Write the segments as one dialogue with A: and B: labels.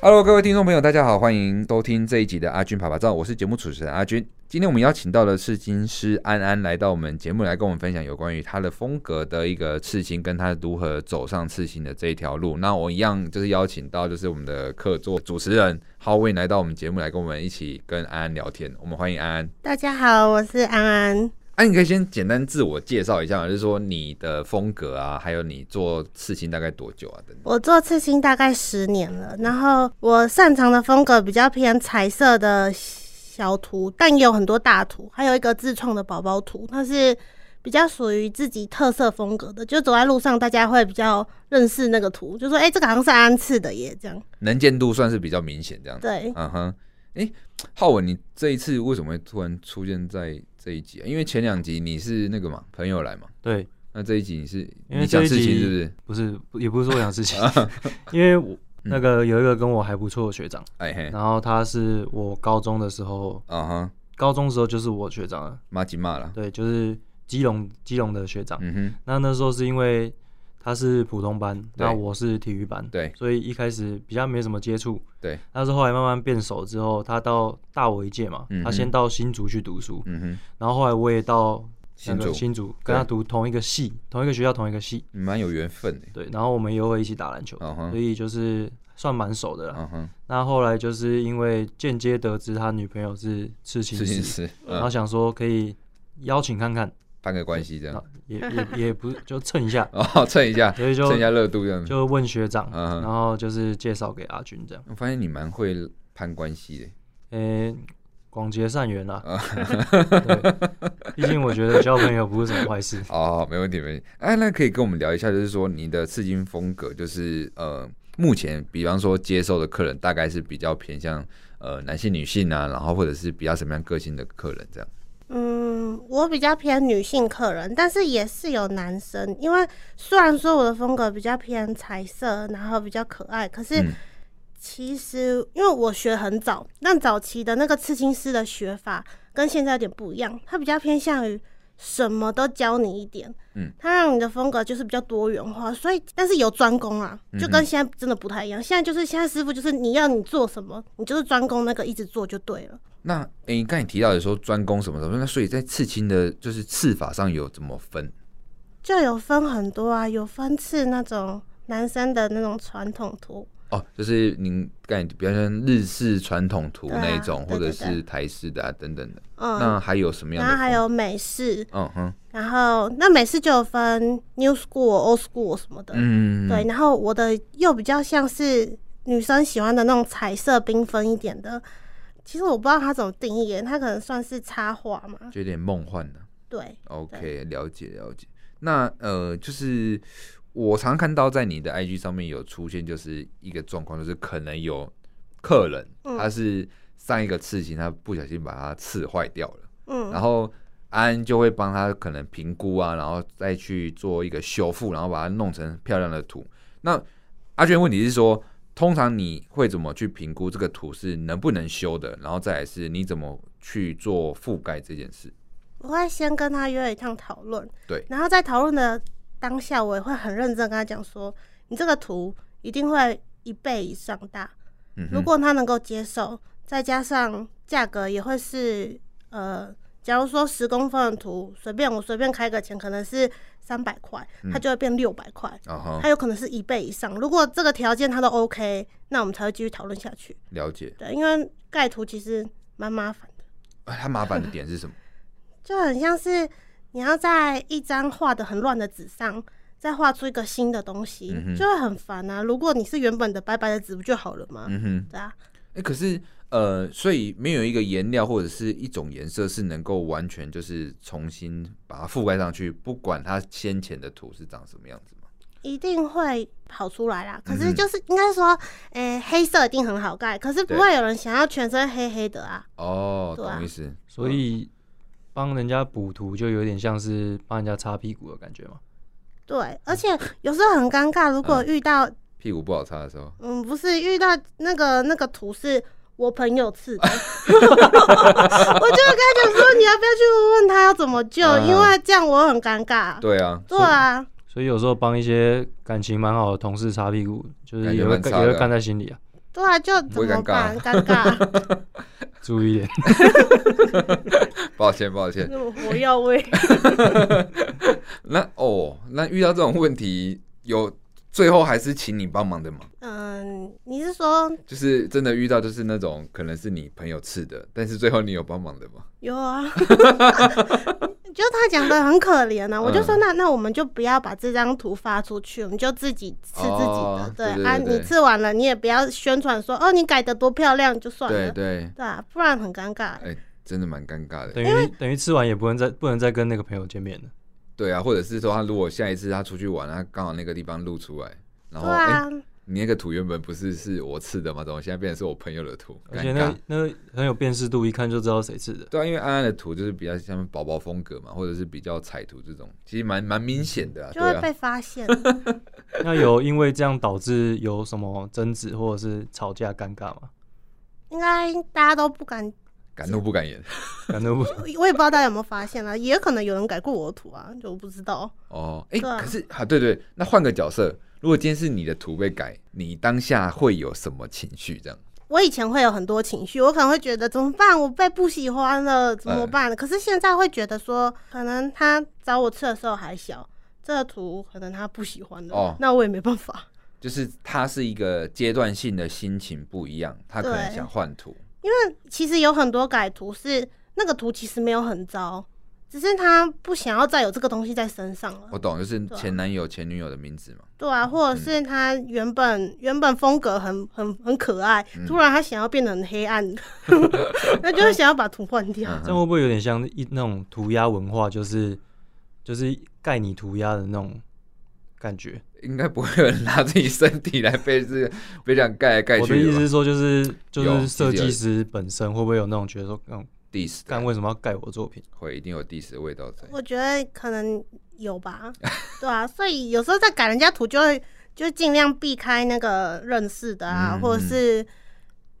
A: Hello，各位听众朋友，大家好，欢迎收听这一集的阿军啪啪照，我是节目主持人阿军。今天我们邀请到的刺青师安安来到我们节目来跟我们分享有关于他的风格的一个刺青，跟他如何走上刺青的这一条路。那我一样就是邀请到就是我们的客座主持人浩威来到我们节目来跟我们一起跟安安聊天。我们欢迎安安。
B: 大家好，我是安安。
A: 安、你可以先简单自我介绍一下吗，就是说你的风格啊，还有你做刺青大概多久啊？等等。
B: 我做刺青大概十年了，然后我擅长的风格比较偏彩色的小图，但也有很多大图，还有一个自创的宝宝图，它是比较属于自己特色风格的，就走在路上大家会比较认识那个图，就说哎、诶这个好像是安安刺的耶，这样。
A: 能见度算是比较明显这样子。
B: 对，
A: 嗯哼，哎、浩文，你这一次为什么会突然出现在这一集、啊？因为前两集你是那个嘛，朋友来嘛，
C: 对，
A: 那这一集你是
C: 因为
A: 你讲
C: 这
A: 事
C: 一集
A: 情是不是？
C: 不是，不也不是说我 想事情，因为我那个有一个跟我还不错的学长，
A: 嗯哎嘿，
C: 然后他是我高中的时候，
A: 啊哈，
C: 高中的时候就是我学长了，
A: 马吉骂了，
C: 对，就是基隆基隆的学长。
A: 嗯哼，
C: 那那时候是因为他是普通班，
A: 对
C: 那我是体育班，
A: 对
C: 所以一开始比较没什么接触，
A: 对，
C: 但是后来慢慢变熟之后，他到大我一届嘛，
A: 嗯哼
C: 他先到新竹去读书，
A: 嗯哼，
C: 然后后来我也到那
A: 新
C: 个
A: 竹
C: 新竹跟他
A: 对
C: 读同一个系，同一个学校同一个系，
A: 你蛮有缘分的、
C: 对，然后我们也会一起打篮球，
A: 嗯
C: 所
A: 哼，
C: 以就是算蛮熟的啦。
A: 嗯哼，
C: 那后来就是因为间接得知他女朋友是刺青
A: 事情
C: 师，
A: 是
C: 然后
A: 嗯，
C: 想说可以邀请看看，
A: 攀个关系这样，
C: 啊，也也 也不是就蹭一下
A: 哦， 蹭一下，
C: 所以就
A: 蹭一下热度这样子。
C: 就问学长，
A: 嗯
C: 然后就是介绍给阿军这样，
A: 我发现你蛮会攀关系的，
C: 诶，广结善缘啦。
A: 嗯
C: 对，毕竟我觉得交朋友不是什么坏事。
A: 哦，没问题，没问题。哎，那可以跟我们聊一下，就是说你的刺青风格，就是呃，目前比方说接受的客人大概是比较偏向呃男性、女性啊，然后或者是比较什么样个性的客人这样。
B: 嗯，我比较偏女性客人，但是也是有男生，因为虽然说我的风格比较偏彩色，然后比较可爱，可是
A: 嗯
B: 其实因为我学很早，但早期的那个刺青师的学法跟现在有点不一样，它比较偏向于什么都教你一点，
A: 嗯，
B: 它让你的风格就是比较多元化，所以但是有专攻啊，
A: 嗯
B: 就跟现在真的不太一样。现在就是现在师傅就是你要你做什么，你就是专攻那个一直做就对了。
A: 那哎，刚才你提到的说专攻什么什么，那所以在刺青的就是刺法上有怎么分？
B: 就有分很多啊，有分次那种男生的那种传统图，
A: 哦，就是您刚才比方说日式传统图
B: 对啊
A: 那一种，
B: 对
A: 或者
B: 对对
A: 是台式的啊等等的。
B: 嗯，
A: 那还有什么样
B: 然
A: 的
B: 后
A: 风格？
B: 还有美式，
A: 嗯哼，
B: 然后那美式就有分 new school、old school 什么的，
A: 嗯，
B: 对。然后我的又比较像是女生喜欢的那种彩色缤纷一点的，其实我不知道它怎么定义耶，它可能算是插画嘛，
A: 就有点梦幻啊的、
B: 对，
A: OK，了解了解。那呃，就是我常看到在你的 IG 上面有出现，就是一个状况，就是可能有客人、
B: 嗯
A: 他是上一个刺青，他不小心把它刺坏掉了，
B: 嗯
A: 然后安就会帮他可能评估啊，然后再去做一个修复，然后把它弄成漂亮的图。那阿娟问题是说，通常你会怎么去评估这个图是能不能修的？然后再来是你怎么去做覆盖这件事？
B: 我会先跟他约一趟讨论，
A: 对
B: 然后在讨论的当下，我也会很认真跟他讲说，你这个图一定会一倍以上大，
A: 嗯哼，
B: 如果他能够接受，再加上价格也会是呃，假如说十公分的图，随便我随便开个钱，可能是三百块，
A: 嗯
B: 它就会变六百块，
A: 啊哈
B: 它有可能是一倍以上。如果这个条件他都 OK，那我们才会继续讨论下去。
A: 了解，
B: 对，因为盖图其实蛮麻烦的，
A: 啊它麻烦的点是什么？
B: 就很像是你要在一张画的很乱的纸上。再画出一个新的东西，
A: 嗯哼
B: 就会很烦啊！如果你是原本的白白的纸，不就好了吗？
A: 嗯哼，
B: 对啊，
A: 哎、可是呃，所以没有一个颜料或者是一种颜色是能够完全就是重新把它覆盖上去，不管它先前的图是长什么样子嘛。
B: 一定会跑出来啦。可
A: 嗯
B: 是
A: 哼
B: 就是应该说，诶、黑色一定很好盖，可是不
A: 对
B: 会有人想要全身黑黑的啊。
A: 哦，
B: 对啊
A: 懂意思。
C: 所以
A: 嗯
C: 帮人家补涂就有点像是帮人家擦屁股的感觉嘛。
A: 嗯
B: 对，而且有时候很尴尬，如果遇到，
A: 屁股不好擦的时候，
B: 嗯，不是遇到那个那个图是。我朋友刺的，我就会跟他讲说，你要不要去问问他要怎么救？
A: 嗯
B: 因为这样我很尴尬。
A: 对啊，
B: 对啊，
C: 所以有时候帮一些感情蛮好的同事擦屁股，就是
A: 感觉
C: 也会
A: 蛮差
C: 也
A: 的啊
C: 会看在心里啊。
B: 对啊，就
A: 不
B: 怎
A: 会
B: 么
A: 尴尬
B: 办？尴尬，
C: 注意一点，
A: 抱歉抱歉。
B: 那么 火药味。
A: 那哦，那遇到这种问题，有最后还是请你帮忙的吗？
B: 嗯，你是说
A: 就是真的遇到就是那种可能是你朋友刺的，但是最后你有帮忙的吗？
B: 有 啊，就他讲的很可怜啊，我就说
A: 嗯
B: 那那我们就不要把这张图发出去，我们就自己吃自己的，
A: 哦对对
B: 啊，
A: 对对
B: 你吃完了你也不要宣传说哦你改的多漂亮就算
A: 对
B: 了，
A: 对，
B: 对啊，不然很尴尬。
A: 哎、真的蛮尴尬的。
C: 等于等于吃完也不能再不能再跟那个朋友见面了。
A: 对啊，或者是说他如果下一次他出去玩，他刚好那个地方露出来，然后
B: 对
A: 哎、
B: 啊，
A: 你那个图原本不是是我刺的吗？怎么现在变成是我朋友的图？
C: 而且
A: 尴
C: 那
A: 尬
C: 个。那个很有辨识度，一看就知道谁 吃的。
A: 对啊，因为安安的图就是比较像宝宝风格嘛，或者是比较彩图这种，其实蛮蛮明显的啊。
B: 就
A: 对
B: 会
A: 啊，
B: 被发现。
C: 那有因为这样导致有什么争执或者是吵架尴尬吗？
B: 应该大家都不敢，
A: 敢怒不敢言。
C: 感 觉不
B: 我也不知道大家有没有发现啊，也可能有人改过我的图啊，就我不知道。
A: 哦，哎、
B: 对啊
A: 可是啊，对对，那换个角色，如果今天是你的图被改，你当下会有什么情绪？这样
B: 我以前会有很多情绪，我可能会觉得怎么办，我被不喜欢了，怎么办？可是现在会觉得说，可能他找我吃的时候还小，这个图可能他不喜欢了，
A: 哦
B: 那我也没办法，
A: 就是它是一个阶段性的心情不一样，他可能
B: 对
A: 想换图，
B: 因为其实有很多改图是那个图其实没有很糟，只是他不想要再有这个东西在身上了，
A: 我懂，就是
B: 对啊
A: 前男友、前女友的名字嘛。
B: 对啊，或者是他原本、原本风格很很很可爱，突然他想要变得很黑暗， 那就是想要把图换掉。
A: 嗯
C: 这样会不会有点像一那种涂鸦文化，就是就是盖你涂鸦的那种感觉？
A: 应该不会有人拿自己身体来被这个 被这样盖来盖
C: 我的
A: 去
C: 意思
A: 吧
C: 是说，就是就
A: 有
C: 是设
A: 其
C: 计
A: 实
C: 师本身会不会有那种觉得说，嗯，
A: diss
C: 干
A: 的
C: 为什么要盖我作品？
A: 会一定有 diss 的味道在。
B: 我觉得可能有吧， 对啊，所以有时候在改人家图就会就尽量避开那个认识的啊，
A: 嗯
B: 或者是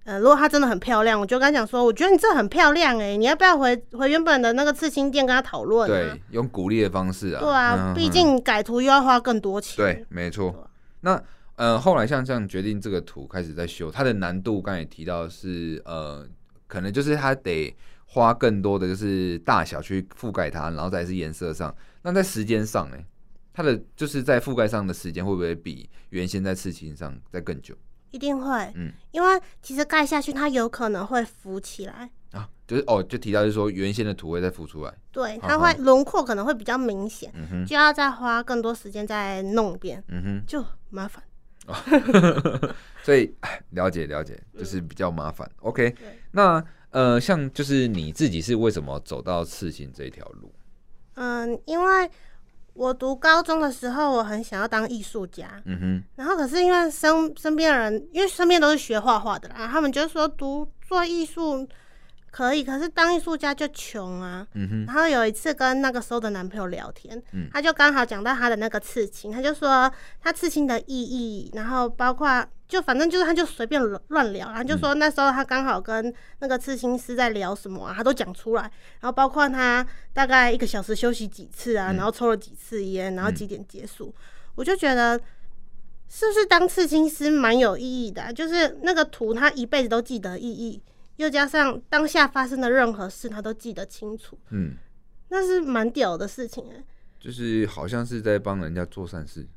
B: 呃，如果她真的很漂亮，我就跟她讲说，我觉得你这很漂亮哎、你要不要回回原本的那个刺青店跟她讨论啊
A: 对？，用鼓励的方式啊。
B: 对啊，
A: 嗯
B: 毕、
A: 嗯
B: 竟改图又要花更多钱。
A: 对，没错
B: 对。啊
A: 那呃，后来像这样决定这个图开始在修，它的难度刚才也提到是呃，可能就是它得花更多的就是大小去覆盖它，然后再是颜色上。那在时间上呢，它的就是在覆盖上的时间会不会比原先在刺青上再更久
B: 一定会，
A: 嗯
B: 因为其实盖下去它有可能会浮起来，
A: 啊？就是哦，就提到就是说原先的图会再浮出来，
B: 对，
A: 好
B: 它
A: 好
B: 会轮廓可能会比较明显，
A: 哦嗯哼，
B: 就要再花更多时间再弄一遍，
A: 嗯哼。
B: 就麻烦。
A: 所以唉了解了解，就是比较麻烦。OK，那呃，像就是你自己是为什么走到刺青这一条路？
B: 嗯，因为我读高中的时候，我很想要当艺术家，
A: 嗯哼，
B: 然后可是因为身身边的人，因为身边都是学画画的啦，他们就说读做艺术可以，可是当艺术家就穷啊。
A: 嗯哼，
B: 然后有一次跟那个时候的男朋友聊天，
A: 嗯
B: 他就刚好讲到他的那个刺青，他就说他刺青的意义，然后包括就反正就是他就随便乱乱聊，然
A: 嗯
B: 后就说那时候他刚好跟那个刺青师在聊什么啊，他都讲出来，然后包括他大概一个小时休息几次
A: 嗯
B: 啊，然后抽了几次烟，然后几点结束，我就觉得。是不是当刺青师蛮有意义的啊、就是那个图，他一辈子都记得意义，又加上当下发生的任何事，他都记得清楚。
A: 嗯，
B: 那是蛮屌的事情哎、
A: 就是好像是在帮人家做善事。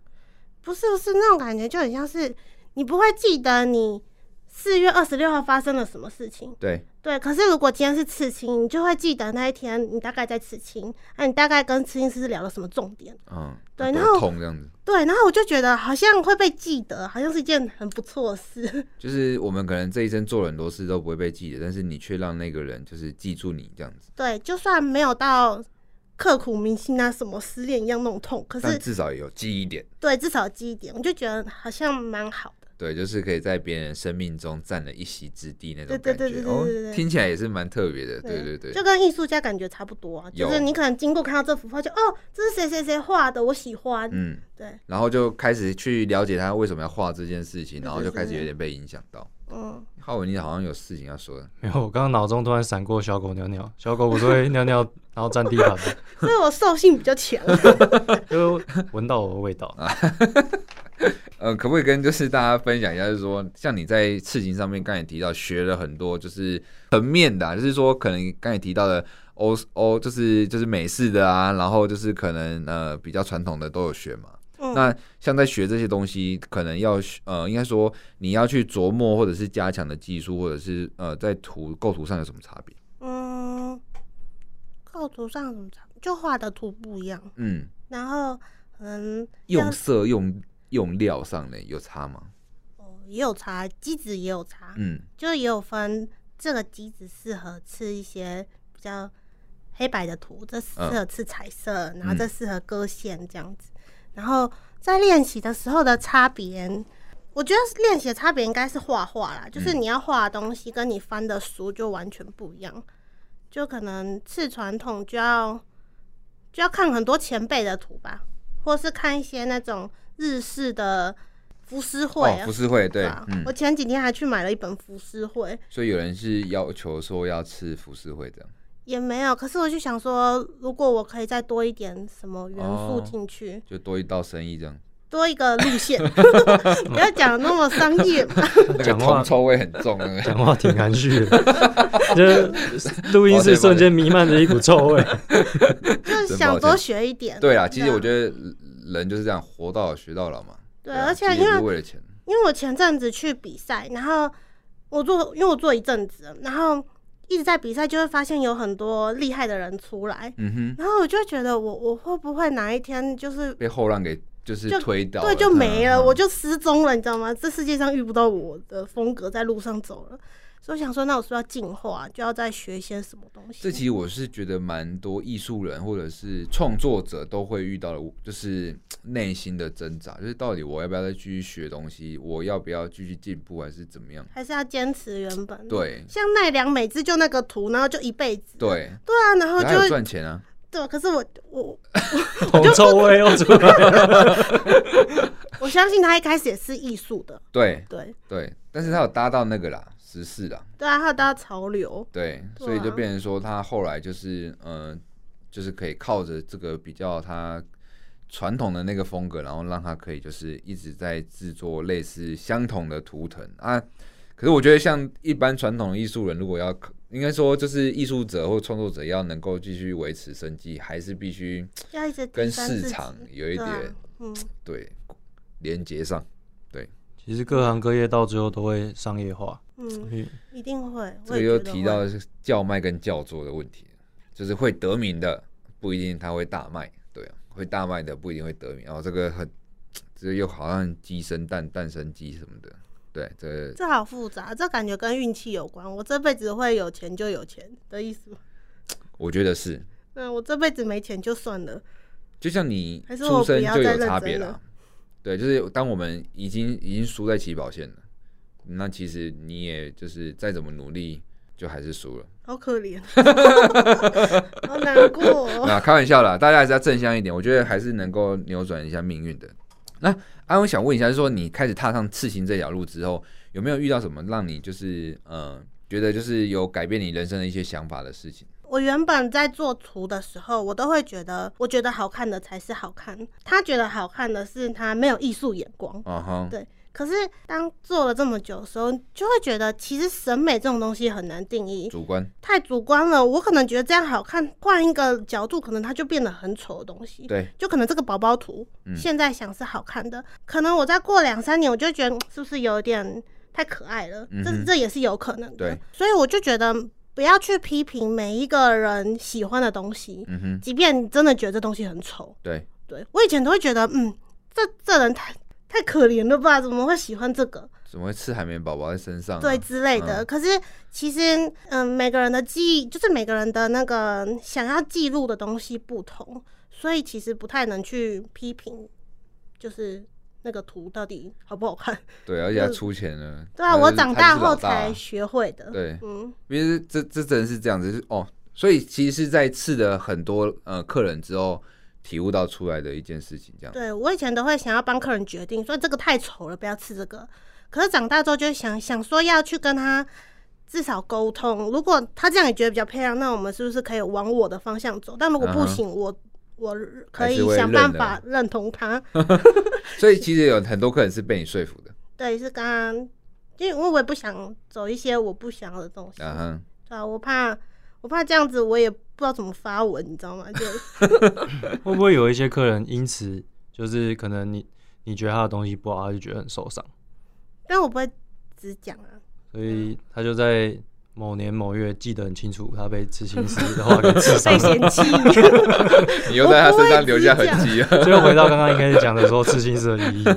B: 不是不是那种感觉，就很像是你不会记得你四月二十六号发生了什么事情，
A: 对，
B: 对。可是如果今天是刺青，你就会记得那一天你大概在刺青，啊，你大概跟刺青师聊了什么重点，
A: 嗯，
B: 对
A: 多
B: 然后
A: 痛这样子，
B: 对。然后我就觉得好像会被记得，好像是一件很不错的事，
A: 就是我们可能这一生做了很多事都不会被记得，但是你却让那个人就是记住你这样子，
B: 对。就算没有到刻骨铭心啊，什么失恋一样那种痛，可
A: 但
B: 是
A: 至少也有记忆点。
B: 对，至少有记忆点，我就觉得好像蛮好的。
A: 对，就是可以在别人生命中占了一席之地那种
B: 对对
A: 感觉。
B: 对对
A: 哦
B: 对对，对
A: 听起来也是蛮特别的。对对对，
B: 嗯就跟艺术家感觉差不多啊，就
A: 有
B: 是你可能经过看到这幅画就，哦，这是谁谁谁画的，我喜欢，
A: 嗯。
B: 对，
A: 然后就开始去了解他为什么要画这件事情，然后就开始有点被影响到。
B: 嗯，
A: 浩文，你好像有事情要说的，
C: 没有，我刚刚脑中突然闪过小狗尿尿，小狗不是会尿尿 然后占地盘吗？
B: 所以啊我兽性比较强，
C: 就闻到我的味道，
A: 呃，可不可以跟就是大家分享一下，就是说，像你在刺青上面刚才提到学了很多，就是层面的、啊，就是说可能刚才提到的欧欧，就是就是美式的啊，然后就是可能呃比较传统的都有学嘛。
B: 嗯
A: 那像在学这些东西，可能要学呃，应该说你要去琢磨或者是加强的技术，或者是呃在图构图上有什么差别？
B: 嗯，构图上怎么差？就画的图不一样，
A: 嗯，
B: 然后嗯，
A: 用
B: 要
A: 色用用料上呢有差吗？
B: 哦也有差，机子也有差，
A: 嗯
B: 就也有分这个机子适合吃一些比较黑白的图，这适
A: 嗯
B: 合吃彩色，然后
A: 嗯
B: 这适合割线这样子。然后在练习的时候的差别，我觉得练习的差别应该是画画啦，就是
A: 嗯
B: 你要画的东西跟你翻的书就完全不一样，就可能吃传统就要就要看很多前辈的图吧，或是看一些那种日式的。浮世绘
A: 哦，
B: 啊
A: 浮世绘对，
B: 啊
A: 嗯
B: 我，前几天还去买了一本浮世绘，
A: 所以有人是要求说要吃浮世绘这样。
B: 也没有。可是我就想说，如果我可以再多一点什么元素
A: 哦
B: 进去，
A: 就多一道生意这样，
B: 多一个路 线，不要讲那么商业嘛。
A: 那个
C: 讲话
A: 铜臭味很重，那 个
C: 讲话挺含蓄的， 这录音室瞬间弥漫着一股臭味。
B: 就是想多学一点。啊
A: 对啊啦，其实我
B: 得，
A: 觉得人就是这样，活到老学到老嘛。
B: 对，
A: 啊
B: 而且
A: 其实
B: 因
A: 也不是
B: 为
A: 为了钱，
B: 因为我前阵子去比赛，然后我做，因为我做一阵子了，然后一直在比赛，就会发现有很多厉害的人出来，
A: 嗯哼，
B: 然后我就觉得我我会不会哪一天就是
A: 被后浪给就是
B: 就
A: 推倒了，
B: 对，就没了，
A: 嗯
B: 我就失踪了，你知道吗？这世界上遇不到我的风格，在路上走了，所以我想说，那我是不是要进化，就要再学一些什么东西。
A: 这其实我是觉得蛮多艺术人或者是创作者都会遇到的，就是内心的挣扎，就是到底我要不要再继续学东西，我要不要继续进步，还是怎么样？
B: 还是要坚持原本。，
A: 对
B: 像奈良美智就那个图，然后就一辈子。
A: 对，
B: 对啊，然后
A: 还有
B: 就
A: 赚钱啊，
B: 对，可是我我
C: 铜臭味又出来了，
B: 我相信他一开始也是艺术的，
A: 对
B: 对
A: 对，但是他有搭到那个啦，时事啦，
B: 对啊，他有搭潮流，
A: 对，
B: 对
A: 所以就
B: 啊
A: 变成说他后来就是嗯、呃就是可以靠着这个比较他传统的那个风格，然后让他可以就是一直在制作类似相同的图腾啊。可是我觉得像一般传统的艺术人，如果要应该说就是艺术者或创作者要能够继续维持生计，还是必须
B: 要一直提
A: 跟
B: 升
A: 市
B: 自己
A: 场有一
B: 对啊
A: 点
B: 嗯，
A: 对连接上。
C: 其实各行各业到最后都会商业化，
B: 嗯，
C: 因为
B: 一定会。
A: 这
B: 我
A: 个
B: 也
A: 又
B: 觉得
A: 提
B: 会
A: 到是叫卖跟叫做的问题，就是会得名的不一定他会大卖，对啊，会大卖的不一定会得名，然、后这个很，这又好像鸡生蛋，蛋生鸡什么的，对，这个
B: 这好复杂，这感觉跟运气有关。我这辈子会有钱就有钱的意思吗？
A: 我觉得是，
B: 嗯，我这辈子没钱就算了。
A: 就像你
B: 还是我
A: 出
B: 不
A: 生
B: 要
A: 就
B: 再
A: 有
B: 认
A: 差
B: 真
A: 别
B: 了
A: 啦，对，就是当我们已经已经输在起跑线了，那其实你也就是再怎么努力，就还是输了。
B: 好 可怜，好难过 哦、
A: 啊，开玩笑啦，大家还是要正向一点，我觉得还是能够扭转一下命运的。那安文想问一下，就是说你开始踏上刺青这条路之后，有没有遇到什么让你就是呃觉得就是有改变你人生的一些想法的事情？
B: 我原本在做图的时候，我都会觉得，我觉得好看的才是好看。他觉得好看的是他没有艺术眼光。
A: 啊哈，
B: 对可是当做了这么久的时候，就会觉得其实审美这种东西很难定义，
A: 主观，
B: 太主观了。我可能觉得这样好看，换一个角度，可能它就变得很丑的东西。
A: 对，
B: 就可能这个宝宝图、
A: 嗯
B: 现在想是好看的，可能我再过两三年，我就觉得嗯是不是有点太可爱了？
A: 嗯
B: 这
A: 哼
B: 这也是有可能的
A: 对。
B: 所以我就觉得不要去批评每一个人喜欢的东西，
A: 嗯哼，
B: 即便你真的觉得这东西很丑。
A: 对，
B: 对我以前都会觉得，嗯，这这人太太可怜了吧，怎么会喜欢这个？
A: 怎么会吃海绵宝宝在身上、啊？
B: 对之类的。
A: 嗯
B: 可是其实，嗯，每个人的记忆就是每个人的那个想要记录的东西不同，所以其实不太能去批评，就是那个图到底好不好看。
A: 对，而且他出钱了。
B: 对啊，
A: 他
B: 我
A: 是
B: 长
A: 他
B: 大
A: 就是老
B: 后
A: 大啊
B: 才学会的。
A: 对，
B: 嗯，
A: 因为这这真的是这样子，就是哦，所以其实是在刺了很多呃客人之后体悟到出来的一件事情，这样。
B: 对我以前都会想要帮客人决定，说这个太丑了，不要吃这个。可是长大之后就想想说要去跟他至少沟通，如果他这样也觉得比较漂亮，那我们是不是可以往我的方向走？但如果
A: 嗯
B: 不
A: 哼
B: 行，我我可
A: 还
B: 以
A: 是会
B: 想办
A: 认的
B: 法认 同他。
A: 所以其实有很多客人是被你说服的。
B: 对，是刚刚，因为我也不想走一些我不想要的东西，
A: 嗯哼，
B: 对啊，我怕我怕这样子，我也不知道怎么发文，你知道吗？就
C: 会不会有一些客人因此就是可能你你觉得他的东西不好，他就觉得很受伤，
B: 但我不会只讲 啊，
C: 所以他就在某年某月记得很清楚，他被刺青师的话给 刺伤
B: 被
C: 了。
B: 嫌弃。
A: 你又在他身上留下痕迹啊了。
C: 最后回到刚刚一开始讲的说刺青师的意义，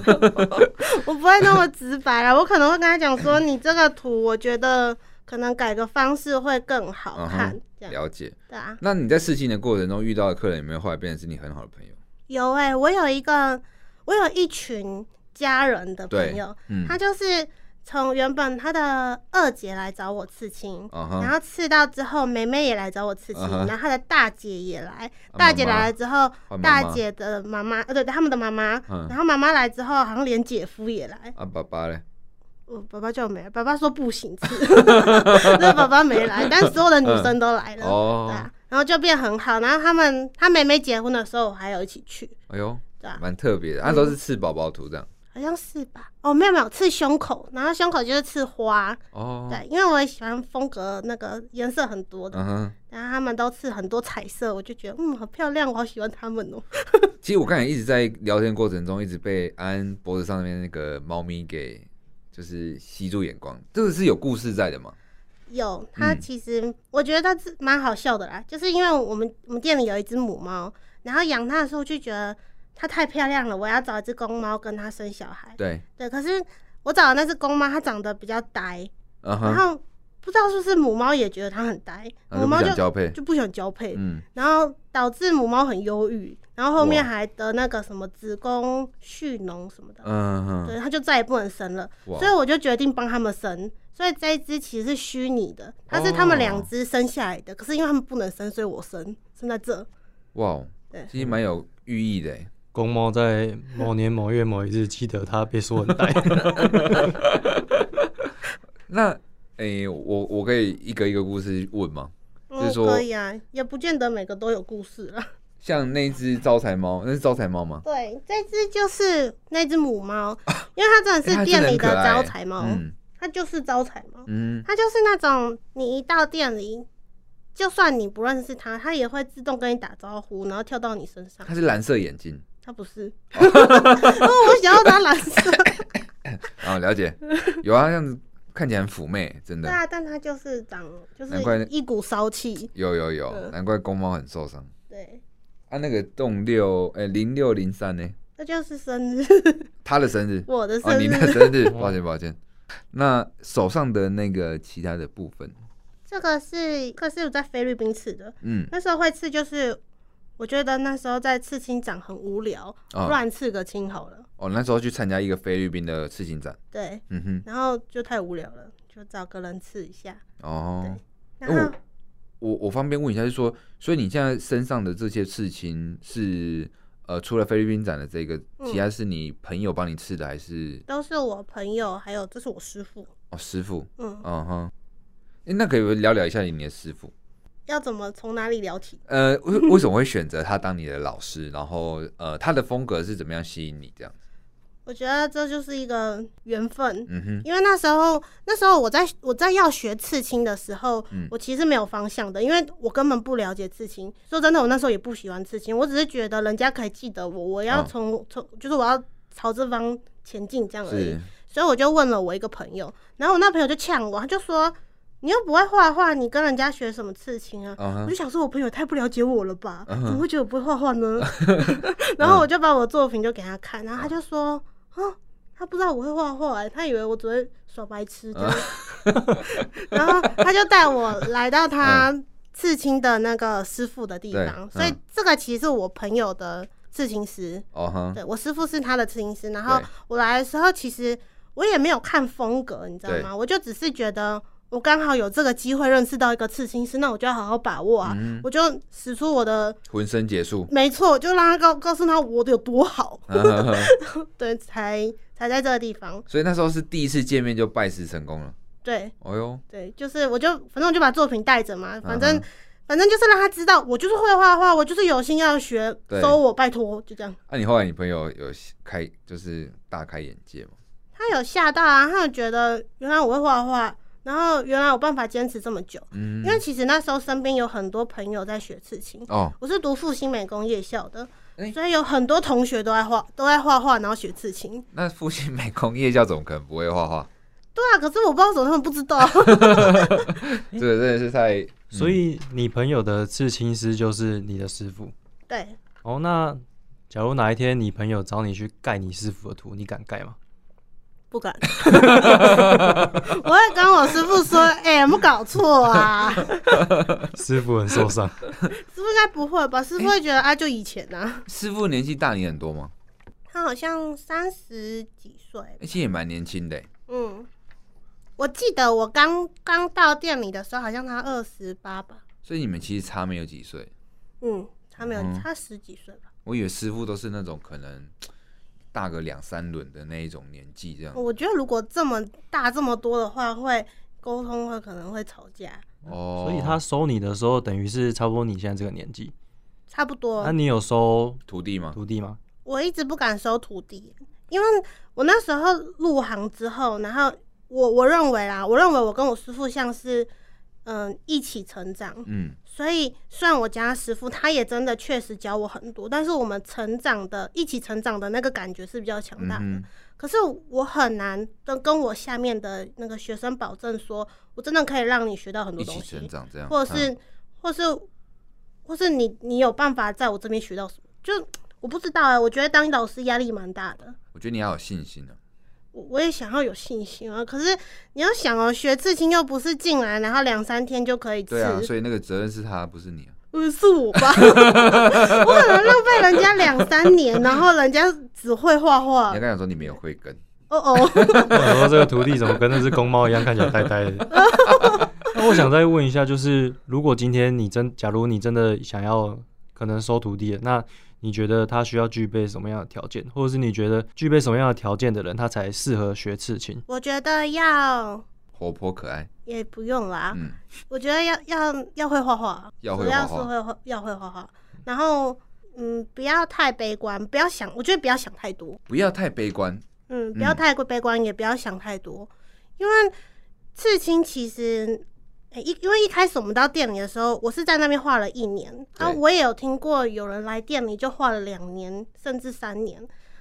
B: 我不会那么直白啦，我可能会跟他讲说，你这个图我觉得可能改个方式会更好看，
A: 嗯
B: 这样
A: 了解。
B: 对啊。
A: 那你在试镜的过程中遇到的客人有没有后来变成是你很好的朋友？
B: 有哎、我有一个，我有一群家人的
A: 对
B: 朋友，
A: 嗯，
B: 他就是从原本他的二姐来找我刺青。
A: 啊
B: 然
A: 哈，
B: 后刺到之后，妹妹也来找我刺青
A: 嗯哼
B: 然后她的大姐也来，
A: 啊
B: 大姐
A: 妈妈
B: 来了之后，
A: 换妈妈
B: 大姐的妈妈，呃，对，他们的妈妈，
A: 嗯
B: 然后妈妈来之后，好像连姐夫也来，
A: 啊爸爸嘞，
B: 我爸爸叫我没来，爸爸说不行吃， 那爸爸没来，但所有的女生都来了，对
A: 哦
B: 啊，然后就变很好。然后他们他妹妹结婚的时候，我还有一起去，
A: 哎呦，
B: 对啊，
A: 蛮特别的，他都是刺宝宝图这样。
B: 好像是吧？哦，没有没有，刺胸口，然后胸口就是刺花，
A: 哦，
B: 对，因为我也喜欢风格那个颜色很多的，
A: 嗯哼。
B: 然后他们都刺很多彩色，我就觉得嗯，好漂亮，我好喜欢他们哦。
A: 其实我刚才一直在聊天过程中，一直被安脖子上面那个猫咪给就是吸住眼光，这个是有故事在的嘛？
B: 有，它
A: 嗯
B: 其实、我觉得它是蛮好笑的啦，就是因为我们我们店里有一只母猫，然后养它的时候就觉得它太漂亮了，我要找一只公猫跟它生小孩。
A: 对，
B: 对，可是我找的那只公猫它长得比较呆，
A: 嗯
B: 然
A: 哼，
B: 后不知道是不是母猫也觉得它很呆，
A: 然后
B: 母
A: 就
B: 猫
A: 不
B: 就
A: 想交配，
B: 就不想交配，
A: 嗯，
B: 然后导致母猫很忧郁，然后后面
A: 哇
B: 还得那个什么子宫蓄脓什么的。
A: 嗯哼，
B: 对，它就再也不能生了。
A: 哇
B: 所以我就决定帮他们生。所以这一只其实是虚拟的，它是他们
A: 哦
B: 两只生下来的，可是因为他们不能生，所以我生生在这。
A: 哇哦
B: 对，
A: 其实蛮有寓意的欸。
C: 公猫在某年某月某一日记得他被说很 呆，
A: 那诶、我我可以一个一个故事问吗？就是
B: 嗯，
A: 说
B: 可以啊，也不见得每个都有故事啦。
A: 像那只招财猫，那是招财猫吗？
B: 对，这只就是那只母猫，因为它真的
A: 哎诶它
B: 是
A: 真
B: 店
A: 的很
B: 里
A: 可
B: 的
A: 爱
B: 招
A: 欸
B: 财猫，
A: 嗯
B: 它就是招财猫，
A: 嗯，
B: 它就是那种你一到店里。就算你不认识它，它也会自动跟你打招呼，然后跳到你身上。
A: 它是蓝色眼睛
B: 它不是， 因为我想要它蓝色。
A: 啊，了 解，有啊，这样子看起来很妩媚，真的
B: 对，啊，但它就是长，就是
A: 难怪
B: 一股骚气。
A: 有有有，
B: 嗯
A: 难怪公猫很受伤。
B: 对，
A: 啊，那个洞六诶零六零三呢？
B: 这就是生日，
A: 他的生日，
B: 我的
A: 哦，
B: 生
A: 你
B: 日。
A: 的生日，抱歉抱歉。那手上的那个其他的部分，
B: 这个是，这个是我在菲律宾吃的。
A: 嗯，
B: 那时候会吃，就是我觉得那时候在刺青展很无聊，
A: 哦，
B: 乱刺个青好了。
A: 哦，那时候去参加一个菲律宾的刺青展，
B: 对，
A: 嗯哼，
B: 然后就太无聊了，就找个人刺一下。
A: 哦，
B: 然后、
A: 哦我我方便问一下，就是说，所以你现在身上的这些刺青是呃，除了菲律宾展的这个，其他是你朋友帮你刺的，还是
B: 都是我朋友，还有这是我师傅。
A: 哦师傅？
B: 嗯，
A: 嗯哼，诶那可以聊聊一下你的师傅。
B: 要怎么从哪里聊起？
A: 呃，为为什么会选择他当你的老师？然后呃，他的风格是怎么样吸引你这样？
B: 我觉得这就是一个缘分。
A: 嗯哼，
B: 因为那时候，那时候我在我在要学刺青的时候，
A: 嗯
B: 我其实没有方向的，因为我根本不了解刺青。说真的，我那时候也不喜欢刺青，我只是觉得人家可以记得我，我要
A: 嗯
B: 从从、就是我要朝这方前进这样而已
A: 是。，
B: 所以我就问了我一个朋友，然后我那朋友就呛我，他就说：“你又不会画画，你跟人家学什么刺青啊？”
A: 嗯
B: 我
A: 哼
B: 就，想说，我朋友太不了解我了吧？
A: 嗯哼嗯
B: 怎么会觉得我不会画画 呢？然后我就把我作品就给他看，然后他就说：“啊，他不知道我会画画、欸，他以为我只会耍白痴这样。”
A: 嗯
B: 然后他就带我来到他刺青的那个师傅的地
A: 对
B: 方，
A: 嗯
B: 所以这个其实是我朋友的刺青师，
A: 哦哼，
B: 对我师傅是他的刺青师。然后
A: 对
B: 我来的时候，其实我也没有看风格，你知道
A: 对
B: 吗？我就只是觉得。我刚好有这个机会认识到一个刺青师，那我就要好好把握啊！
A: 嗯
B: 我就使出我的。
A: 浑身解数
B: 没错，我就让他告告诉他我的有多好，
A: 啊哈哈
B: 对，才才在这个地方。
A: 所以那时候是第一次见面就拜师成功了。
B: 对
A: 哦呦，
B: 对，就是我就反正我就把作品带着嘛，反正、
A: 嗯哼
B: 反正就是让他知道，我就是会画画，我就是有心要学，
A: 对
B: 收我拜托，就这样。
A: 啊那、你后来你朋友有开就是大开眼界吗？
B: 他有吓到啊，他有觉得原来我会画画，然后原来有办法坚持这么久。
A: 嗯
B: 因，为其实那时候身边有很多朋友在学刺青，
A: 哦，
B: 我是读复兴美工夜校的，
A: 哎
B: 所以有很多同学都在画，都在画画，然后学刺青。
A: 那复兴美工夜校怎么可能不会画画？
B: 对啊，可是我不知道怎么他们不知道，
A: 这个真的是太
C: 所以你朋友的刺青师就是你的师傅。
B: 对，
C: 哦，那假如哪一天你朋友找你去盖你师傅的图，你敢盖吗？
B: 不敢。我会跟我师傅 说，哎、有没有搞错啊？
C: 师傅很受伤。
B: 师傅应该不会吧？师傅会觉得啊，就以前啊，
A: 师傅年纪大你很多吗？
B: 他好像三十几岁，
A: 欸其实也蛮年轻的欸，
B: 嗯，我记得我刚刚到店里的时候，好像他二十八吧，
A: 所以你们其实差没有几岁。
B: 嗯，他没有，
A: 嗯
B: 他十几岁吧。
A: 我以为师傅都是那种可能大个两三轮的那一种年纪这样。
B: 我觉得如果这么大这么多的话，会沟通会可能会吵架，
A: 哦，
C: 所以他收你的时候，等于是差不多你现在这个年纪。
B: 差不多。
A: 啊
C: 那你有收
A: 徒弟吗？
C: 徒弟吗？
B: 我一直不敢收徒弟，因为我那时候入行之后，然后我我认为啊啦，我认为我跟我师傅像是嗯一起成长，
A: 嗯，
B: 所以虽然我家师傅他也真的确实教我很多，但是我们成长的一起成长的那个感觉是比较强
A: 嗯
B: 大的。
A: 哼，
B: 可是我很难跟跟我下面的那个学生保证说，我真的可以让你学到很多
A: 一
B: 东
A: 起
B: 西，
A: 成长这样，
B: 或者
A: 嗯
B: 是、或是或是你你有办法在我这边学到什么？就我不知道哎、我觉得当老师压力蛮大的。
A: 我觉得你要有信心啊。
B: 我我也想要有信心啊，可是你要想哦，学刺青又不是进来然后两三天就可以刺，
A: 对啊，所以那个责任是他，不是你啊。
B: 嗯，是我吧？ 我可能浪费人家两三年，然后人家只会画
A: 你
B: 画
A: 要，跟他讲说你没有慧根，
B: 哦哦，
C: 我想说这个徒弟怎么跟那只公猫一样看起来呆呆 的？那我想再问一下，就是如果今天你真，假如你真的想要可能收徒弟了，那你觉得他需要具备什么样的条件，或者是你觉得具备什么样的条件的人，他才适合学刺青？
B: 我觉得要
A: 活泼可爱，
B: 也不用啦，
A: 嗯，
B: 我觉得要要要会画画，
A: 要会
B: 主
A: 画
B: 要是
A: 画，
B: 会画，要会画画，然后嗯，不要太悲观，不要想，我觉得不要想太多，
A: 不要太悲观。
B: 嗯，不要
A: 嗯
B: 太过悲观，也不要想太多，因为刺青其实。诶一因为一开始我们到店里的时候，我是在那边画了一年，啊，
A: 对
B: 我也有听过有人来店里就画了两年甚至三年。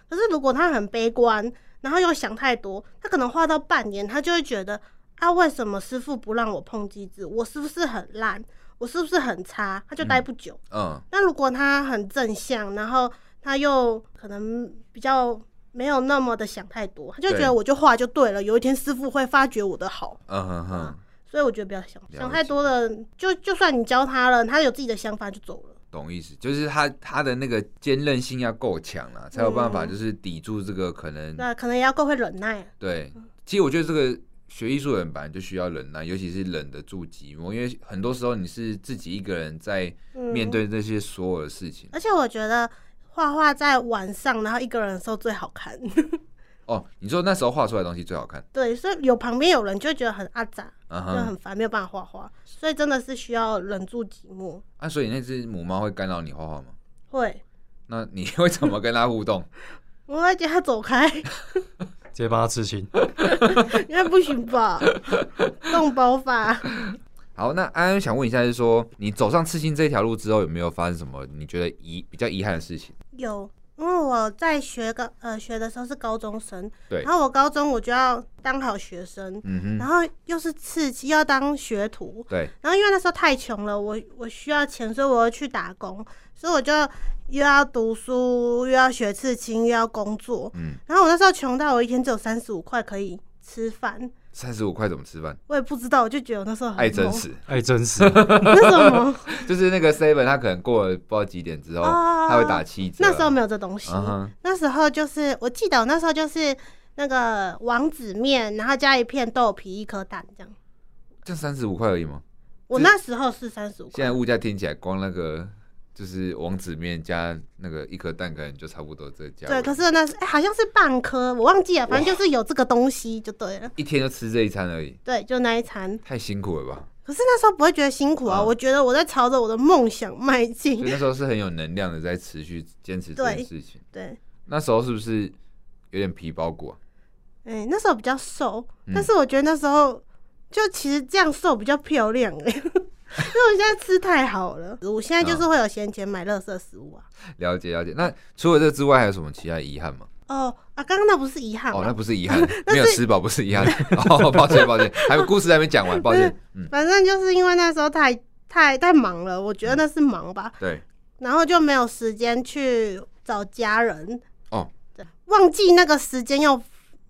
B: 可是如果他很悲观，然后又想太多，他可能画到半年，他就会觉得啊，为什么师傅不让我碰机子？我是不是很烂？我是不是很差？他就待不久。
A: 嗯，
B: 那如果他很正向，然后他又可能比较没有那么的想太多，他就觉
A: 对
B: 得我就画就对了，有一天师傅会发觉我的好，
A: 嗯哼哼，
B: 所以我觉得不要想
A: 解
B: 想太多了，就就算你教他了，他有自己的想法就走了。
A: 懂意思，就是他他的那个坚韧性要够强啦，才有办法就是抵住这个可能。
B: 嗯那可能也要够会忍耐，
A: 对，其实我觉得这个学艺术的人本来就需要忍耐，尤其是忍得住寂寞，因为很多时候你是自己一个人在
B: 嗯，
A: 面。对这些所有的事情。
B: 而且我觉得画画在晚上，然后一个人的时候最好看。
A: 哦，你说那时候画出来的东西最好看，
B: 对，所以有旁边有人就会觉得很阿杂，
A: 嗯
B: 就
A: 哼，
B: 很烦，没有办法画画，所以真的是需要忍住寂寞。
A: 啊，所以那只母猫会干扰你画画吗？
B: 会，
A: 那你会怎么跟它互动？
B: 我会叫他走开。
C: 直接帮他刺青。
B: 应该不行 吧？动包法，
A: 好，那安安想问一下，就是说你走上刺青这条路之后，有没有发生什么你觉得遗比较遗憾的事情？
B: 有，因为我在学高呃学的时候是高中生，
A: 对
B: 然后我高中我就要当好学生，
A: 嗯
B: 然
A: 哼，
B: 后又是刺激，又要当学徒，
A: 对，
B: 然后因为那时候太穷了，我我需要钱，所以我要去打工，所以我就又要读书，又要学刺青，又要工作，
A: 嗯，
B: 然后我那时候穷到我一天只有三十五块可以吃饭，
A: 三十五块怎么吃饭？
B: 我也不知道，我就觉得我那时候很
A: 爱真
B: 猛，
A: 实，
C: 哎，真是，
B: 为什么？
A: 就是那个 seven，他可能过了不知道几点之后，
B: 哦
A: 他会打七折。啊
B: 那时候没有 这东西。
A: 嗯哼，
B: 那时候就是，我记得我那时候就是那个王子面，然后加一片豆皮，一颗蛋这样。
A: 就三十五块而已吗？
B: 我那时候是三十五
A: 现
B: 块，
A: 在物价听起来光那个就是王子面加那个一颗蛋羹就差不多这个价位。
B: 对，可是那是、哎好像是半颗，我忘记了，反正就是有这个东西就对了。
A: 一天就吃这一餐而已，
B: 对，就那一餐。
A: 太辛苦了吧？
B: 可是那时候不会觉得辛苦啊，
A: 啊
B: 我觉得我在朝着我的梦想迈
A: 所
B: 进。
A: 以那时候是很有能量的，在持续坚持这件
B: 对
A: 事情。
B: 对，
A: 那时候是不是有点皮包骨啊？
B: 哎、那时候比较瘦，
A: 嗯
B: 但是我觉得那时候就其实这样瘦比较漂亮哎、因为我现在吃太好了，我现在就是会有闲钱买垃圾食物啊。
A: 了解了解。那除了这之外，还有什么其他遗憾吗？
B: 哦啊，刚刚那不是遗憾
A: 哦，
B: 吗？
A: 那不是 遗憾，没有吃饱不是遗憾。哦，抱歉抱歉，还有故事还没讲完，抱 歉。嗯，
B: 反正就是因为那时候太太太忙了，我觉得那是忙吧，
A: 对，
B: 然后就没有时间去找家人。
A: 哦
B: 对，忘记那个时间要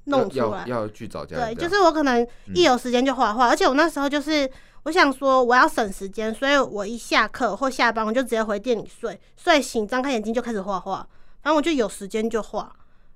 B: 弄出
A: 要
B: 来
A: 要。要去找家
B: 对，
A: 人这
B: 就
A: 样。
B: 是我可能
A: 嗯
B: 一有时间就画画，而且我那时候就是我想说我要省时间，所以我一下课或下班我就直接回店里睡，睡醒张开眼睛就开始画画，反正我就有时间就画。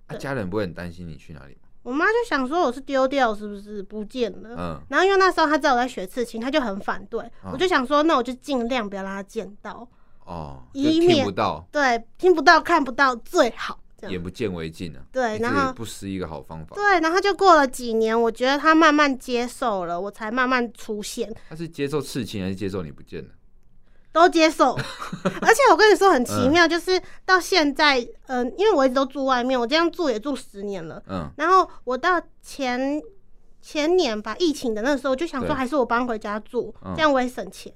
A: 啊家人不会很担心你去哪里吗？
B: 我妈就想说我是丢掉是不是不见了？
A: 嗯，
B: 然后因为那时候她知道我在学刺青，她就很反对。
A: 嗯
B: 我就想说，那我就尽量不要让她见到，
A: 哦，就
B: 以
A: 听
B: 免
A: 不到，
B: 对，听不到看不到最好这样。
A: 眼不见为净啊。
B: 对
A: 哎这
B: 然
A: 也
B: 后
A: 不失一个好方法。
B: 对，然后就过了几年，我觉得她慢慢接受了，我才慢慢出现，
A: 他是接受刺青还是接受你不见了？
B: 都接受。而且我跟你说很奇妙，就是到现在，嗯、因为我一直都住外面，我这样住也住十年了。
A: 嗯，
B: 然后我到前前年吧，疫情的那时候，我就想说
A: 对
B: 还是我搬回家住，
A: 嗯
B: 这样我也省钱。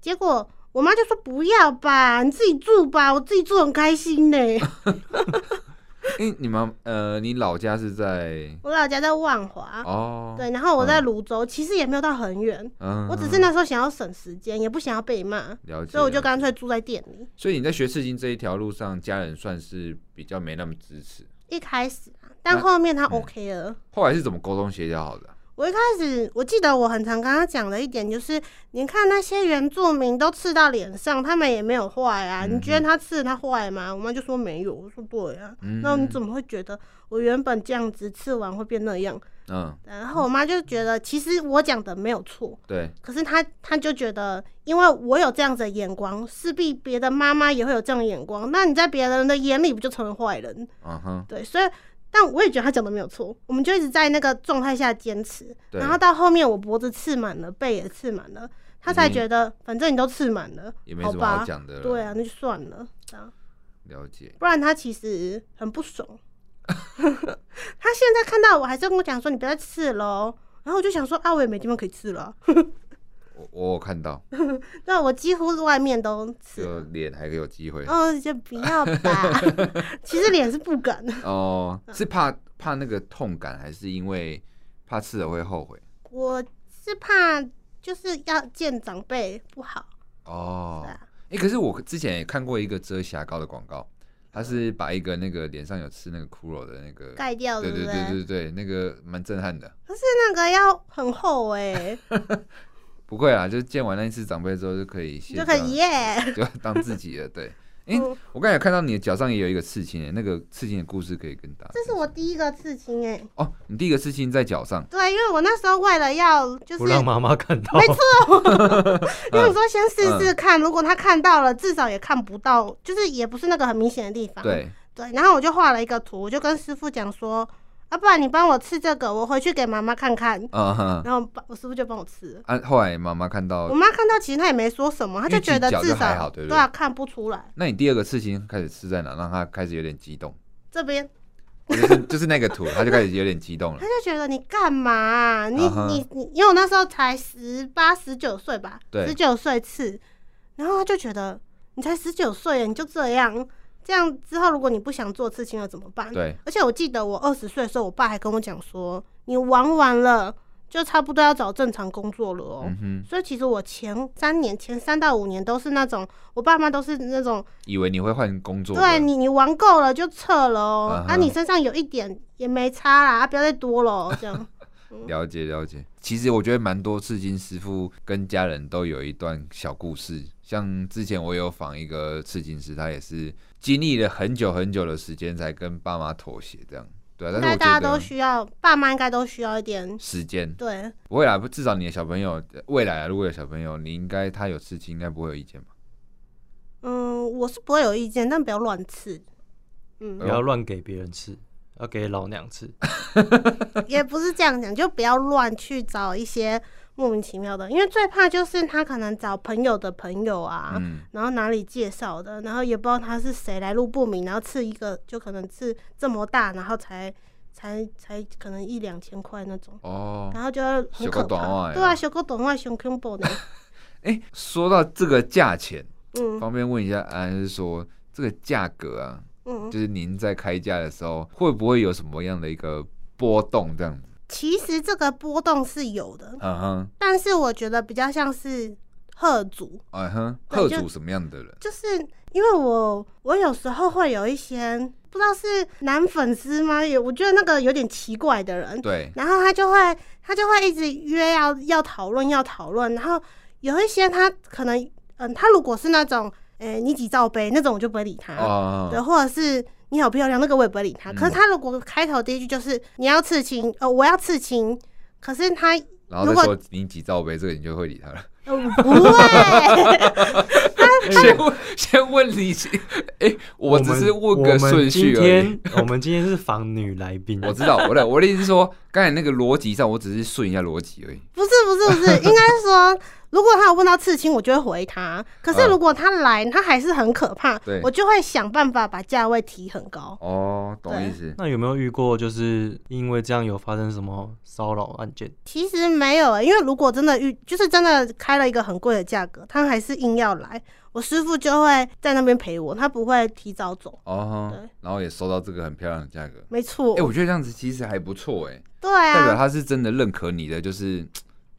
B: 结果我妈就说不要吧，你自己住吧，我自己住很开心 呢。
A: 因为你们呃，你老家是在
B: 我老家在万华，
A: 哦，
B: 啊对，然后我在泸州，其实也没有到很远。
A: 嗯，
B: 我只是那时候想要省时间，也不想要被骂，
A: 了解，
B: 所以我就
A: 了解
B: 干脆住在店里。
A: 所以你在学刺青这一条路上，家人算是比较没那么支持。
B: 一开始啊，但
A: 那嗯
B: 后面他 OK 了。
A: 后来是怎么沟通协调好的啊？
B: 我一开始我记得我很常跟他讲的一点就是，你看那些原住民都刺到脸上，他们也没有坏啊。
A: 嗯哼
B: 你觉得他刺他坏吗？我妈就说没有，我说对啊。
A: 嗯，
B: 那你怎么会觉得我原本这样子刺完会变那样？
A: 嗯，
B: 然后我妈就觉得其实我讲的没有错，
A: 对，
B: 可是她她就觉得，因为我有这样子的眼光，势必别的妈妈也会有这样的眼光，那你在别人的眼里不就成了坏人？
A: 嗯哼，
B: 对，所以但我也觉得他讲的没有错，我们就一直在那个状态下坚持，
A: 对
B: 然后到后面我脖子刺满了，背也刺满了，他才
A: 嗯
B: 觉得反正你都刺满了，
A: 也没
B: 好
A: 什么好
B: 吧，
A: 讲的了。
B: 对啊，那就算了，这样，
A: 了解。
B: 不然他其实很不爽。 他现在看到我还是跟我讲说你不要再刺喽，然后我就想说啊我也没地方可以刺了，
A: 我我有看到，
B: 对我几乎外面都刺
A: 就
B: 了，
A: 脸还有机 会
B: 哦就不要吧， 其实脸是不敢的，
A: 哦，
B: 嗯
A: 是怕怕那个痛感，还是因为怕吃了会后悔？
B: 我是怕就是要见长辈不好。
A: 哦
B: 对啊，
A: 哎，可是我之前也看过一个遮瑕膏的广告，它是把一个那个脸上有吃那个骷髅的那个，
B: 盖掉，
A: 对
B: 不
A: 对对对对，那个蛮震撼的。
B: 可是那个要很厚哎、
A: 不会啦，就是见完那一次长辈之后就可以卸
B: 就可
A: 掉
B: 以耶。
A: 就当自己了。 对，哎、
B: 嗯
A: 我刚才有看到你的脚上也有一个刺青耶，那个刺青的故事可以跟大家
B: 这
A: 分享。
B: 是我第一个刺青哎、
A: 哦，你第一个刺青在脚上，
B: 对，因为我那时候为了要就是
C: 不让妈妈看到，
B: 因为我说先试试看，如果他看到了，至少也看不到，就是也不是那个很明显的地方。
A: 对，
B: 对然后我就画了一个图，我就跟师傅讲说，啊，不然你帮我刺这个，我回去给妈妈看看。
A: 啊哈，
B: 然后把我师傅就帮我刺了。
A: 啊，后来妈妈看
B: 我
A: 到，
B: 妈看到，其实她也没说什么，她就觉得
A: 因为其
B: 至
A: 实脚就还
B: 少
A: 好对不对
B: 啊，看不出来
A: 那你第二个刺青开始刺在哪？让她开始有点激动，
B: 这边，
A: 哦就是 就是那个图，她就开始有点激动了
B: 她。就觉得你干嘛啊、你、
A: 啊哈
B: 你你，因为我那时候才十八十九岁吧，
A: 对
B: 十九岁次，然后他就觉得你才十九岁，你就这样，这样之后如果你不想做刺青了怎么办？
A: 对，
B: 而且我记得我二十岁的时候，我爸还跟我讲说，你玩完了就差不多要找正常工作了哦。
A: 嗯哼，
B: 所以其实我前三年、前三到五年都是那种，我爸妈都是那种，
A: 以为你会换工作的，
B: 对你你玩够了就撤了哦
A: 啊，哈
B: 啊你身上有一点也没差啦，啊不要再多了哦，这
A: 啊
B: 样。
A: 了解了解，其实我觉得蛮多刺青师傅跟家人都有一段小故事。像之前我有访一个刺青师，他也是经历了很久很久的时间才跟爸妈妥协，这样对、啊。
B: 应
A: 但是我
B: 该大
A: 觉
B: 家都
A: 得
B: 需要，爸妈应该都需要一点，
A: 时间
B: 对，
A: 不会啦，至少你的小朋友未来啊如果有小朋友，你应该他有刺青，应该不会有意见吧？
B: 嗯，我是不会有意见，但不要乱刺。嗯
A: 哎
C: 不
A: 呦，
C: 要乱给别人吃，要给老娘吃。
B: 也不是这样讲，就不要乱去找一些莫名其妙的，因为最怕就是他可能找朋友的朋友啊，
A: 嗯，
B: 然后哪里介绍的，然后也不知道他是谁，来路不明，然后刺一个就可能刺这么大，然后才才才可能一两千块那种，
A: 哦，
B: 然后就很
A: 小
B: 可
A: 狗短袜
B: 怕。
A: 哎呀
B: 对啊，小狗短袜熊 c o m b 呢？
A: 哎、说到这个价钱，
B: 嗯
A: 方便问一下安安是说这个价格啊，
B: 嗯，
A: 就是您在开价的时候会不会有什么样的一个波动这样子？
B: 其实这个波动是有的，
A: 嗯哼，
B: 但是我觉得比较像是贺族，
A: 嗯哼，
B: 对
A: 贺
B: 就
A: 主什么样的人？
B: 就是因为我我有时候会有一些不知道是男粉丝吗？也我觉得那个有点奇怪的人，
A: 对，
B: 然后他就会他就会一直约要要讨论要讨论，然后有一些他可能嗯，他如果是那种诶、你几罩杯那种，我就不会理他，
A: 哦，
B: 嗯对，或者是你好漂亮那个我也不会理
A: 嗯
B: 他。可是他如果开头第一句就是你要刺青，呃，我要刺青，可是他
A: 然后再
B: 如果
A: 说你几罩杯，这个你就会理他了。
B: 呃我不会，
A: 先问先问你，哎、我只
C: 们
A: 是问个顺序
C: 我
A: 而已。
C: 们今天我们今天是访女来宾，
A: 我知道，我的我的意思是说，刚才那个逻辑上，我只是顺一下逻辑而已。
B: 不是不 是不是，应该说。如果他有问到刺青，我就会回他。可是
A: 嗯
B: 如果他来，他还是很可怕
A: 对，
B: 我就会想办法把价位提很高。
A: 哦，懂
B: 对
A: 意思。
C: 那有没有遇过就是因为这样有发生什么骚扰案件？
B: 其实没有、欸，因为如果真的遇，就是真的开了一个很贵的价格，他还是硬要来，我师傅就会在那边陪我，他不会提早走。
A: 哦
B: 对，
A: 然后也收到这个很漂亮的价格。
B: 没错，
A: 哎、我觉得这样子其实还不错，哎，
B: 对
A: 代表
B: 啊，
A: 他是真的认可你的，就是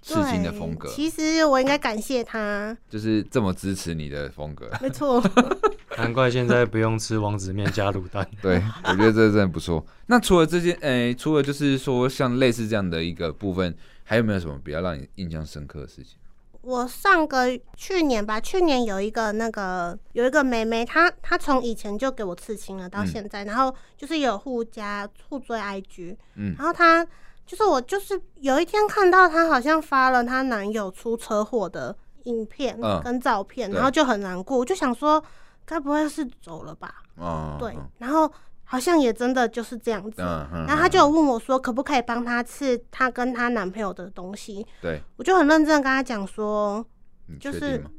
B: 对
A: 刺青的风格，
B: 其实我应该感 谢他，
A: 就是这么支持你的风格。
B: 没错。
C: 难怪现在不用吃王子面加卤蛋。
A: 对，我觉得这真的不错。那除了这些，哎、除了就是说像类似这样的一个部分，还有没有什么比较让你印象深刻的事情？
B: 我上个去年吧，去年有一个那个有一个妹妹，她她从以前就给我刺青了，到
A: 嗯
B: 现在，然后就是有互加互追 IG，
A: 嗯
B: 然后她就是我就是有一天看到她好像发了她男友出车祸的影片
A: 嗯
B: 跟照片，
A: 对
B: 然后就很难过，我就想说该不会是走了吧？
A: 哦，
B: 对，然后好像也真的就是这样子，
A: 嗯嗯，
B: 然后她就有问我说可不可以帮她刺她跟她男朋友的东西，
A: 对，
B: 我就很认真地跟她讲说。
A: 嗯你
B: 就
A: 确
B: 是
A: 定吗？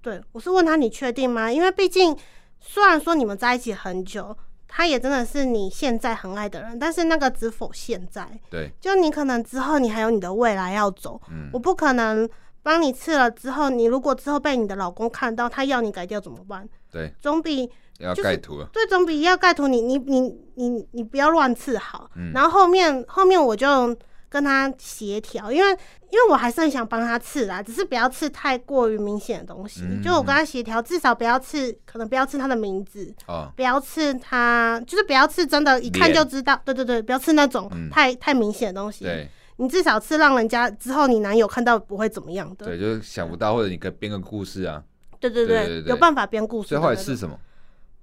B: 对，我是问他你确定吗？因为毕竟虽然说你们在一起很久，他也真的是你现在很爱的人，但是那个只否现在，
A: 对，
B: 就你可能之后你还有你的未来要走，
A: 嗯
B: 我，不可能帮你刺了之后，你如果之后被你的老公看到，他要你改掉怎么办？
A: 对，
B: 总比
A: 要
B: 就是
A: 盖图了。
B: 对总比要盖图你你你你你不要乱刺好。
A: 嗯
B: 然后后面后面我就跟他协调，因为因为我还是很想帮他刺啦，只是不要刺太过于明显的东西。
A: 嗯
B: 就我跟他协调，至少不要刺，可能不要刺他的名字，
A: 哦，
B: 不要刺他，就是不要刺真的，一看
A: 脸
B: 就知道。对对对，不要刺那种
A: 嗯
B: 太、太明显的东西。
A: 对
B: 你至少刺让人家之后你男友看到不会怎么样的。
A: 对，就是想不到，或者你可以编个故事啊。
B: 对对
A: 对对对
B: 有办法编故事
A: 所以
B: 的那
A: 后来
B: 种。
A: 是什么？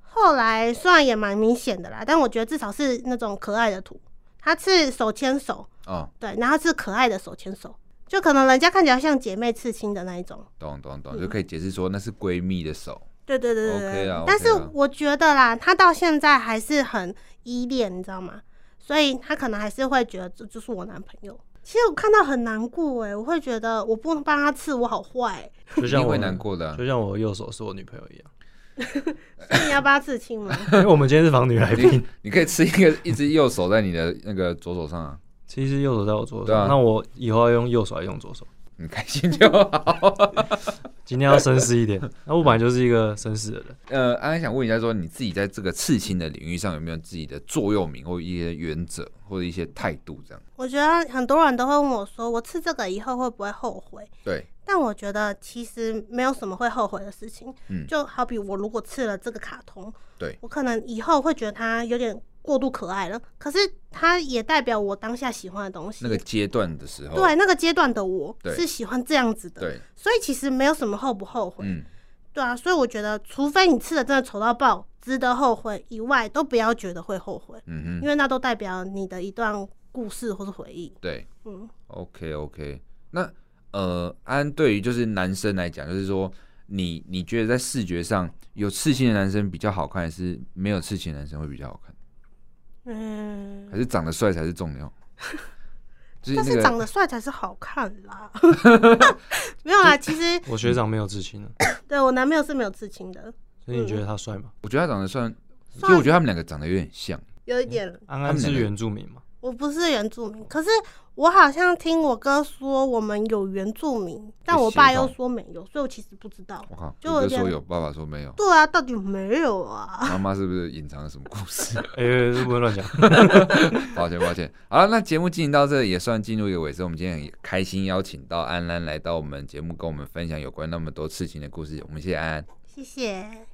B: 后来虽然也蛮明显的啦，但我觉得至少是那种可爱的图，它是手牵手，
A: 哦，
B: 对，然后是可爱的手牵手，就可能人家看起来像姐妹刺青的那一种。
A: 懂懂
B: 嗯
A: 懂，就可以解释说那是闺蜜的手。
B: 对对对对对
A: OK 啊，OK 啊
B: 但是我觉得啦，他到现在还是很依恋，你知道吗？所以他可能还是会觉得这就是我男朋友。其实我看到很难过哎、我会觉得我不能帮他刺，我 好坏、欸
C: 就
A: 一
C: 像
A: 定
C: 我
A: 会难过的啊
C: 就像我右手是我女朋友一样，
B: 所以你要帮他刺青吗？
C: 因为我们今天是访女来宾，
A: 你可以吃一个， 一只右手在你的那个左手上啊，
C: 其实右手在我左手，
A: 对啊
C: 那我以后要用右手还是用左手？
A: 你开心就好。
C: 今天要绅士一 点。那我本来就是一个绅士的人，
A: 呃，安安想问一下，说你自己在这个刺青的领域上有没有自己的座右铭或一些原则或者一些态度这样？
B: 我觉得很多人都会问我说，我刺这个以后会不会后悔？
A: 对，
B: 但我觉得其实没有什么会后悔的事情，
A: 嗯
B: 就好比我如果刺了这个卡通，
A: 对
B: 我可能以后会觉得它有点过度可爱了，可是它也代表我当下喜欢的东西。
A: 那个阶段的时候，
B: 对那个阶段的我
A: 对
B: 是喜欢这样子的，
A: 对，
B: 所以其实没有什么后不后悔，
A: 嗯，
B: 对啊，所以我觉得除非你吃的真的丑到爆，值得后悔以外，都不要觉得会后悔，
A: 嗯
B: 因
A: 哼，
B: 为那都代表你的一段故事或是回忆，
A: 对
B: 嗯。
A: ，OK OK。那呃，安安对于就是男生来讲，就是说，你你觉得在视觉上有刺青的男生比较好看，还是没有刺青的男生会比较好看？
B: 嗯
A: 还，是长得帅才是重要？ 就是
B: 但
A: 那
B: 是长
A: 个
B: 得帅才是好看 啦。没有啦，其实
C: 我学长没有自信了，
B: 对我男朋友是没有刺青的，
C: 所以你觉得他帅吗？
A: 我觉得他长得算，其
B: 算
A: 实我觉得他们两个长得有点像。
B: 有一点。
C: 安
A: 他
C: 安
A: 们
C: 是
A: 两个
C: 原住民嘛？
B: 我不是原住民，可是我好像听我哥说我们有原住民，但我爸又说没有，所以我其实不知道。
A: 我靠，
B: 就
A: 哥
B: 有
A: 哥
B: 点
A: 说有，爸爸说没 有，
B: 对啊，到底有没有啊？
A: 妈妈是不是隐藏了什么故事？
C: 哎、欸，不能乱讲。
A: 抱歉，抱歉。好了，那节目进行到这也算进入一个尾声。我们今天很开心邀请到安安来到我们节目，跟我们分享有关那么多刺青的故事。我们谢谢安安。
B: 谢谢。